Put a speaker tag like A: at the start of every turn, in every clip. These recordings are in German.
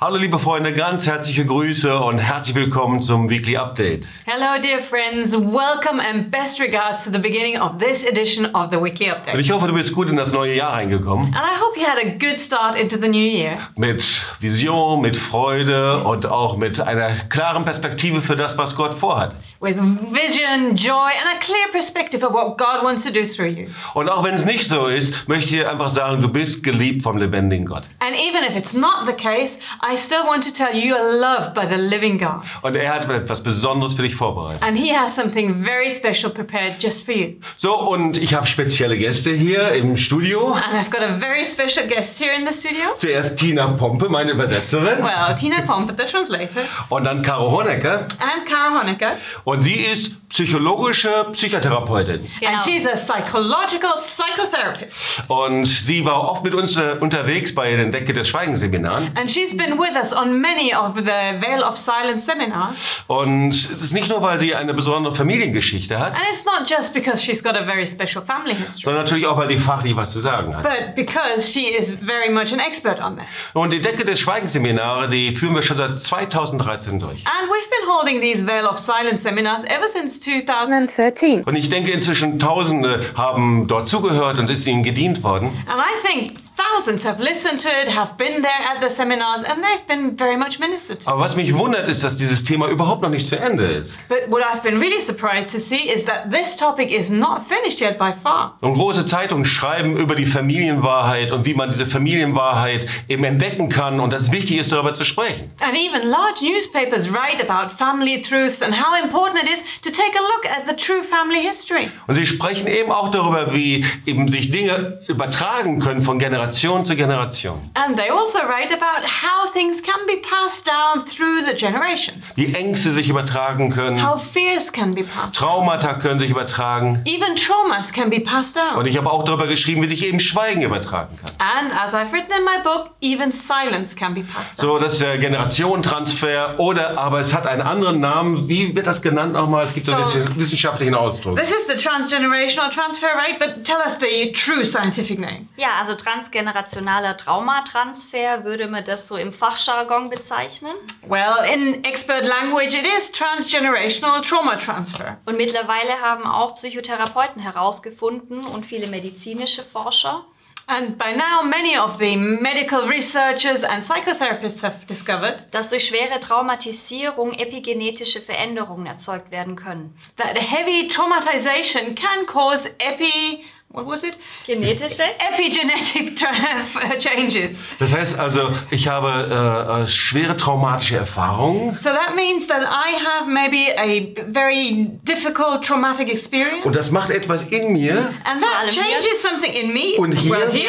A: Hallo liebe Freunde, ganz herzliche Grüße und herzlich willkommen zum Weekly Update.
B: Hello, dear friends. Welcome and best regards to the beginning of this edition of the Weekly
A: Und
B: Update.
A: ich hoffe, du bist gut in das neue Jahr reingekommen.
B: And I hope you had a good start into the new year
A: Mit Vision, mit Freude und auch mit einer klaren Perspektive für das, was Gott vorhat.
B: with vision, joy, and a clear perspective of what God wants to do through you.
A: Und auch wenn es nicht so ist, möchte ich einfach sagen, du bist geliebt vom lebendigen Gott.
B: And even if it's not the case, I still want to tell you you are loved by the living God.
A: Und er hat etwas Besonderes für dich vorbereitet.
B: And He has something very special prepared just for you.
A: So, und ich habe spezielle Gäste hier im Studio.
B: And I've got a very special guest here in the studio.
A: Zuerst Tina Pompe, meine Übersetzerin.
B: Well, Tina Pomp, the translator,
A: Und dann Caro Honecker.
B: and Cara Honecker.
A: Und sie ist psychologische Psychotherapeutin.
B: And she's a psychological psychotherapist.
A: Und sie war oft mit uns äh, unterwegs bei den Decke des Schweigens Seminaren.
B: And she's been with us on many of the Veil of Silence seminars.
A: Und es ist nicht nur, weil sie eine besondere Familiengeschichte hat,
B: And it's not just because she's got a very special family history,
A: sondern natürlich auch, weil sie fachlich was zu sagen hat.
B: but because she is very much an expert on this.
A: Und die Decke des Schweigens Seminare, die führen wir schon seit 2013 durch.
B: And we've been holding these Veil of Silence seminars ever since 2000.
C: 2013.
A: Und ich denke, inzwischen Tausende haben dort zugehört und ist ihnen gedient worden.
B: And I think thousands have listened to it, have been there at the seminars, and they've been very much ministered to.
A: Aber was mich wundert, ist, dass dieses Thema überhaupt noch nicht zu Ende ist.
B: But what I've been really surprised to see is that this topic is not finished yet by far.
A: Und große Zeitungen schreiben über die Familienwahrheit und wie man diese Familienwahrheit eben entdecken kann und dass es wichtig ist, darüber zu sprechen.
B: And even large newspapers write about family truths and how important it is to take a look at the true family history.
A: Und sie sprechen eben auch darüber, wie eben sich Dinge übertragen können von Generation zu Generation.
B: And they also write about how things can be passed down through the generations,
A: Wie Ängste sich übertragen können,
B: how fears can be passed,
A: Traumata können sich übertragen.
B: even traumas can be passed
A: Und
B: down.
A: ich habe auch darüber geschrieben, wie sich eben Schweigen übertragen kann.
B: And as I've written in my book, even silence can be passed down.
A: So, das ist der Generationentransfer oder, aber es hat einen anderen Namen. Wie wird das genannt nochmal? Es gibt so einen
B: So-
A: wissen- wissenschaftlichen Ausdruck.
B: This is the transgenerational transfer, right? But tell us the true scientific name.
C: Ja, also transgenerationaler Traumatransfer würde man das so im Fachjargon bezeichnen.
B: Well, in expert language, it is transgenerational trauma transfer.
C: Und mittlerweile haben auch Psychotherapeuten herausgefunden und viele medizinische Forscher,
B: And by now, many of the medical researchers and psychotherapists have discovered
C: dass durch schwere Traumatisierung epigenetische Veränderungen erzeugt werden können.
B: that heavy traumatization can cause epi what was it
C: Genetische?
B: epigenetic tra- changes
A: Das heißt also, ich habe äh, äh, schwere traumatische Erfahrungen
B: so that means that i have maybe a b- very difficult traumatic experience
A: und das macht etwas in mir.
B: and that
C: Vor allem hier.
B: changes something in me
A: Und hier,
B: well here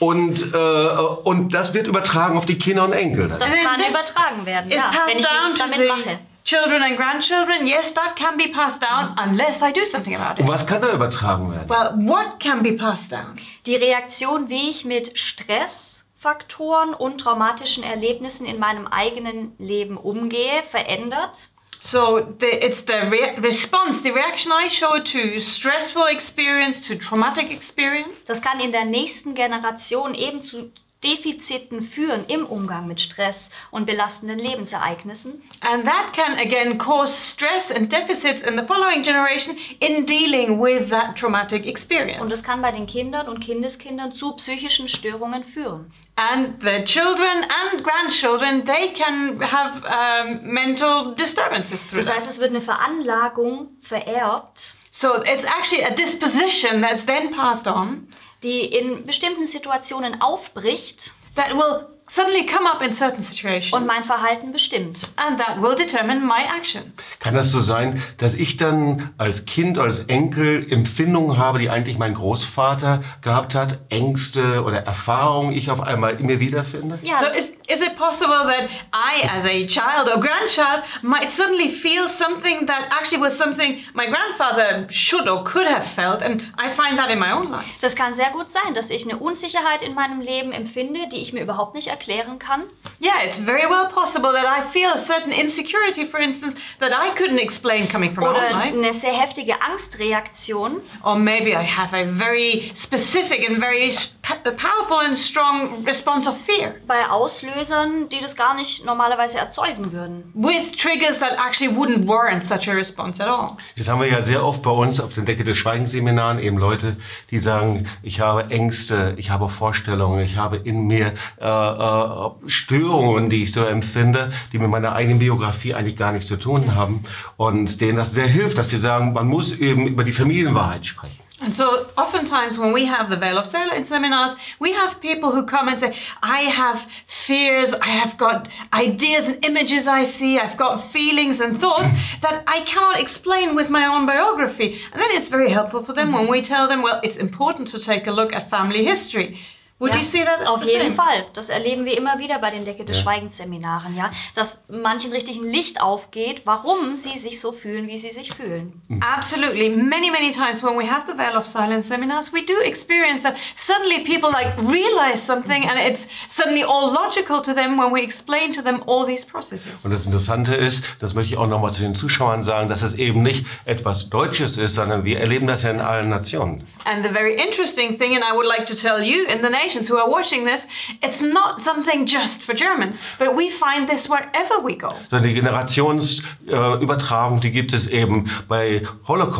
A: Und, äh, und das wird übertragen auf die Kinder und Enkel. dann.
C: Das
B: And
C: kann
B: this
C: übertragen werden,
B: is
C: ja, wenn
B: passed
C: ich
B: down
C: nichts
B: to
C: damit
B: the
C: mache.
B: children and grandchildren yes that can be passed down unless i do something about it
A: Und was kann da übertragen werden?
B: well what can be passed down
C: Die Reaktion, wie ich mit Stressfaktoren und traumatischen Erlebnissen in meinem eigenen Leben umgehe, verändert.
B: So the, it's the re- response, the reaction I show to stressful experience, to traumatic experience.
C: Das kann in der nächsten Generation eben zu Defiziten führen im Umgang mit Stress und belastenden Lebensereignissen.
B: And that can again cause stress and deficits in the following generation in dealing with that traumatic
C: Und
B: experience.
C: es kann bei den Kindern und Kindeskindern zu psychischen Störungen führen.
B: And the children and grandchildren, they can have um, mental disturbances through
C: Das
B: that.
C: heißt, es wird eine Veranlagung vererbt,
B: So it's actually a disposition that's then passed on
C: die in bestimmten Situationen aufbricht
B: that will suddenly come up in certain situations.
C: und mein Verhalten bestimmt.
B: and that will determine my actions.
A: Kann das so sein, dass ich dann als Kind, als Enkel Empfindungen habe, die eigentlich mein Großvater gehabt hat, Ängste oder Erfahrungen, ich auf einmal in mir wiederfinde?
C: Ja,
B: So
C: das,
B: is, is it possible that I, as a child or grandchild, might suddenly feel something that actually was something my grandfather should or could have felt, and I find that in my own life?
C: das kann sehr gut sein, dass ich eine Unsicherheit in meinem Leben empfinde, die ich mir überhaupt nicht erklären kann.
B: Yeah, it's very well possible that I feel a certain insecurity, for instance, that I couldn't explain coming from my
C: Oder
B: own life.
C: eine sehr heftige Angstreaktion,
B: Or maybe I have a very specific and very s- p- a powerful and strong response of fear
C: bei Auslösern, die das gar nicht normalerweise erzeugen würden.
B: with triggers that actually wouldn't warrant such a response at all.
A: Jetzt haben wir ja sehr oft bei uns auf den Decke des Schweigenseminaren eben Leute, die sagen, ich habe Ängste, ich habe Vorstellungen, ich habe in mir äh, äh, Störungen, die ich so empfinde, die mit meiner eigenen Biografie eigentlich gar nichts zu tun haben. Und denen das sehr hilft, dass wir sagen, man muss eben über die Familienwahrheit sprechen.
B: And so, oftentimes, when we have the Veil of Sailor in seminars, we have people who come and say, I have fears, I have got ideas and images I see, I've got feelings and thoughts that I cannot explain with my own biography. And then it's very helpful for them when we tell them, well, it's important to take a look at family history. Would you see that?
C: Auf
B: the
C: jeden
B: same?
C: Fall. Das erleben wir immer wieder bei den Decke des Schweigens-Seminaren, ja. Dass manchen richtigen Licht aufgeht, warum sie sich so fühlen, wie sie sich fühlen.
B: Absolutely. Many, many times when we have the Veil of Silence seminars, we do experience that suddenly people like realize something and it's suddenly all logical to them when we explain to them all these processes.
A: Und das Interessante ist, das möchte ich auch nochmal zu den Zuschauern sagen, dass es eben nicht etwas Deutsches ist, sondern wir erleben das ja in allen Nationen.
B: And the very interesting thing, and I would like to tell you in the nations who are watching this, it's not something just for Germans, but we find this wherever we go.
A: sondern die Generationsübertragung, äh, Übertragung, die gibt es eben bei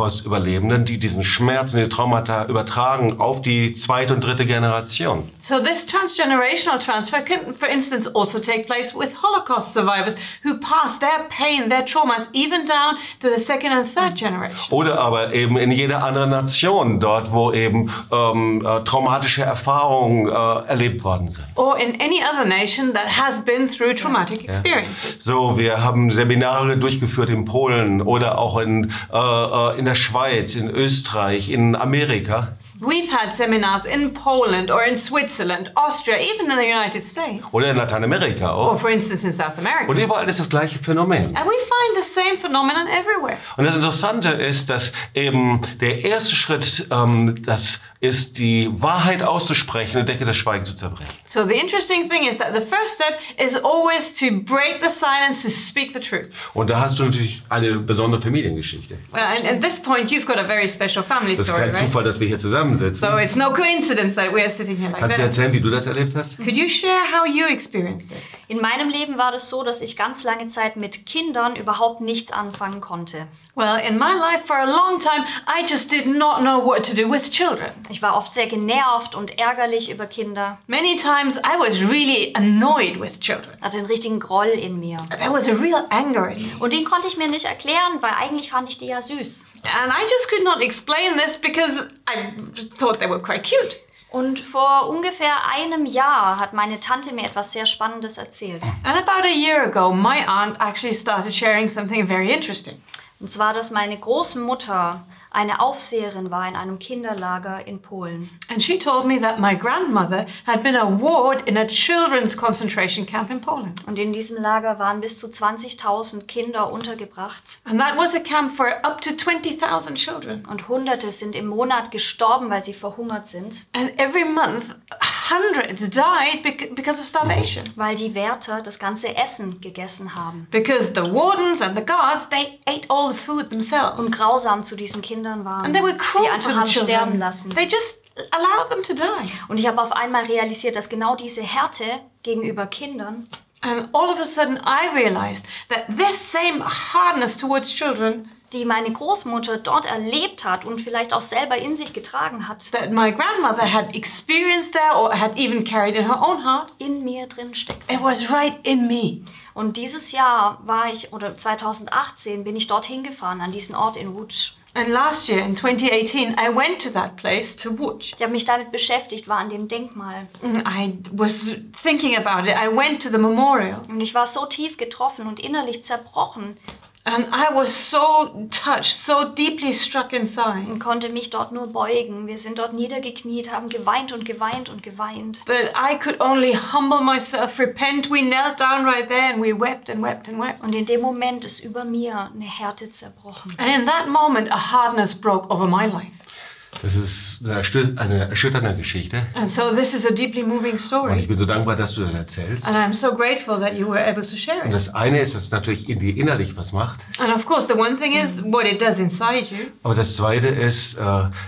A: Holocaust-Überlebenden, die diesen Schmerz und die Traumata übertragen auf die zweite und dritte Generation.
B: So this transgenerational transfer can, for instance, also take place with Holocaust survivors who pass their pain, their traumas, even down to the second and third generation.
A: Oder aber eben in jeder anderen Nation, dort wo eben ähm, äh, traumatische Erfahrungen äh, erlebt worden sind.
B: or in any other nation that has been through traumatic experiences.
A: So, wir haben Seminare durchgeführt in Polen oder auch in, äh, äh, in der Schweiz, in Österreich, in Amerika.
B: We've had seminars in Poland or in Switzerland, Austria, even in the United States,
A: Oder in Lateinamerika auch.
B: or for instance in South America.
A: Und überall ist das gleiche Phänomen.
B: And we find the same phenomenon everywhere.
A: Und das Interessante ist, dass eben der erste Schritt, ähm, das ist die Wahrheit auszusprechen und Decke das Schweigen zu zerbrechen.
B: So the interesting thing is that the first step is always to break the silence to speak the truth.
A: Und da hast du natürlich eine besondere Familiengeschichte.
B: Well, and at this point, you've got a very special family
A: Das ist
B: story,
A: kein
B: right?
A: Zufall, dass wir hier zusammensitzen.
B: So it's no coincidence that we are sitting here like
A: Kannst du
B: that.
A: erzählen, wie du das erlebt hast?
B: Could you share how you experienced it?
C: In meinem Leben war das so, dass ich ganz lange Zeit mit Kindern überhaupt nichts anfangen konnte.
B: Well, in my life for a long time, I just did not know what to do with children.
C: Ich war oft sehr genervt und ärgerlich über Kinder,
B: Many times I was really annoyed with children.
C: hatte einen richtigen Groll in mir.
B: There was a real anger in me.
C: Und den konnte ich mir nicht erklären, weil eigentlich fand ich die ja süß.
B: And I just could not explain this because I thought they were quite cute.
C: Und vor ungefähr einem Jahr hat meine Tante mir etwas sehr Spannendes erzählt.
B: And about a year ago, my aunt actually started sharing something very interesting.
C: Und zwar, dass meine Großmutter eine Aufseherin war in einem Kinderlager in Polen.
B: And she told me that my grandmother had been a ward in a children's concentration camp in Poland.
C: Und in diesem Lager waren bis zu 20.000 Kinder untergebracht.
B: And that was a camp for up to 20,000 children.
C: Und Hunderte sind im Monat gestorben, weil sie verhungert sind,
B: And every month, hundreds died bec- because of starvation.
C: weil die Wärter das ganze Essen gegessen haben
B: Because the wardens and the guards, they ate all the food themselves.
C: und grausam zu diesen Kindern waren.
B: And they were cruel
C: sie
B: to
C: einfach
B: the
C: haben sterben
B: children.
C: lassen.
B: They just allowed them to die.
C: Und ich habe auf einmal realisiert, dass genau diese Härte gegenüber Kindern
B: And all of a sudden, I realized that this same hardness towards children
C: die meine Großmutter dort erlebt hat und vielleicht auch selber in sich getragen hat,
B: that my grandmother had experienced there or had even carried in her own heart,
C: in mir drin steckt.
B: it was right in me.
C: Und dieses Jahr war ich, oder 2018 bin ich dorthin gefahren, an diesen Ort in Łódź.
B: And last year, in 2018, I went to that place, to Łódź.
C: Ich habe mich damit beschäftigt, war an dem Denkmal.
B: And I was thinking about it. I went to the memorial.
C: Und ich war so tief getroffen und innerlich zerbrochen
B: And I was so touched, so deeply struck inside.
C: und konnte mich dort nur beugen. Wir sind dort niedergekniet, haben geweint und geweint und geweint.
B: that I could only humble myself, repent. We knelt down right there and we wept and wept and wept.
C: Und in dem Moment ist über mir eine Härte zerbrochen.
B: And in that moment, a hardness broke over my life.
A: Das ist eine erstö- eine erschütternde Geschichte.
B: And so this is a deeply moving
A: Und ich
B: story.
A: bin so dankbar, dass du das erzählst.
B: And I'm so grateful that you were able to share
A: Und
B: it.
A: das eine ist, dass es natürlich in dir innerlich was macht.
B: And of course, the one thing is what it does inside you.
A: Aber das zweite ist, äh,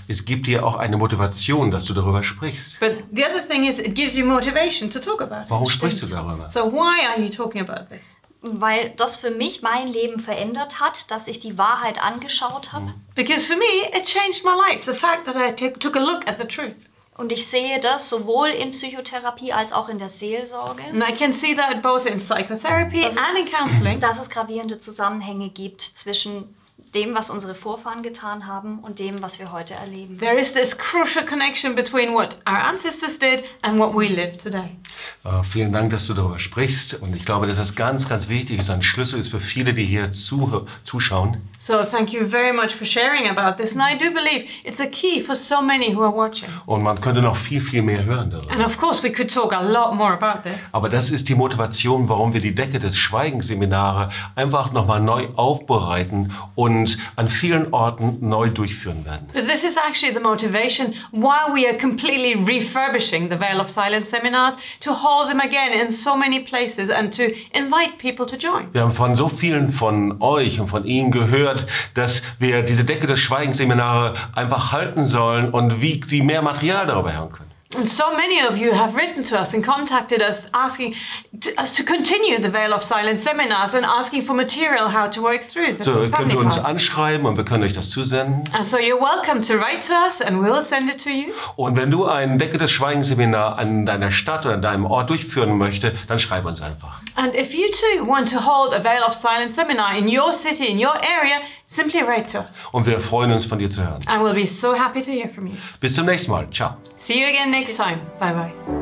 A: es gibt dir auch eine Motivation, dass du darüber sprichst.
B: But the other thing is it gives you motivation to talk about it.
A: Warum sprichst du darüber?
B: So why are you talking about this?
C: weil das für mich mein Leben verändert hat, dass ich die Wahrheit angeschaut habe.
B: Because for me, it changed my life. The fact that I took took a look at the truth.
C: Und ich sehe das sowohl in Psychotherapie als auch in der Seelsorge,
B: And I can see that both in psychotherapy
C: Das ist-
B: and in counseling.
C: dass es gravierende Zusammenhänge gibt zwischen dem, was unsere Vorfahren getan haben und dem, was wir heute erleben.
B: There is this crucial connection between what our ancestors did and what we live today.
A: Äh, vielen Dank, dass du darüber sprichst. Und ich glaube, dass das ganz, ganz wichtig ist. Ein Schlüssel ist für viele, die hier zuh- zuschauen.
B: So thank you very much for sharing about this. And I do believe it's a key for so many who are watching.
A: Und man könnte noch viel, viel mehr hören darüber.
B: And of course, we could talk a lot more about this.
A: Aber das ist die Motivation, warum wir die Decke des Schweigenseminare einfach nochmal neu aufbereiten und an vielen Orten neu durchführen werden.
B: But this is actually the motivation why we are completely refurbishing the Veil of Silence seminars to hold them again in so many places and to invite people to join.
A: Wir haben von so vielen von euch und von Ihnen gehört, dass wir diese Decke des Schweigenseminare einfach halten sollen und wie Sie mehr Material darüber hören können.
B: And so many of you have written to us and contacted us asking to, us to continue the Veil of Silence seminars and asking for material how to work through the
A: So, ihr könnt
B: family
A: uns
B: path.
A: anschreiben und wir können euch das zusenden.
B: And so you're welcome to write to us and we'll send it to you.
A: Und wenn du ein Decke des Schweigenseminar an deiner Stadt oder an deinem Ort durchführen möchtest, dann schreib uns einfach.
B: And if you too want to hold a Veil of Silence seminar in your city, in your area, simply write to us.
A: Und wir freuen uns, von dir zu hören.
B: And we'll be so happy to hear from you.
A: Bis zum nächsten Mal. Ciao.
B: See you again next time. Bye bye.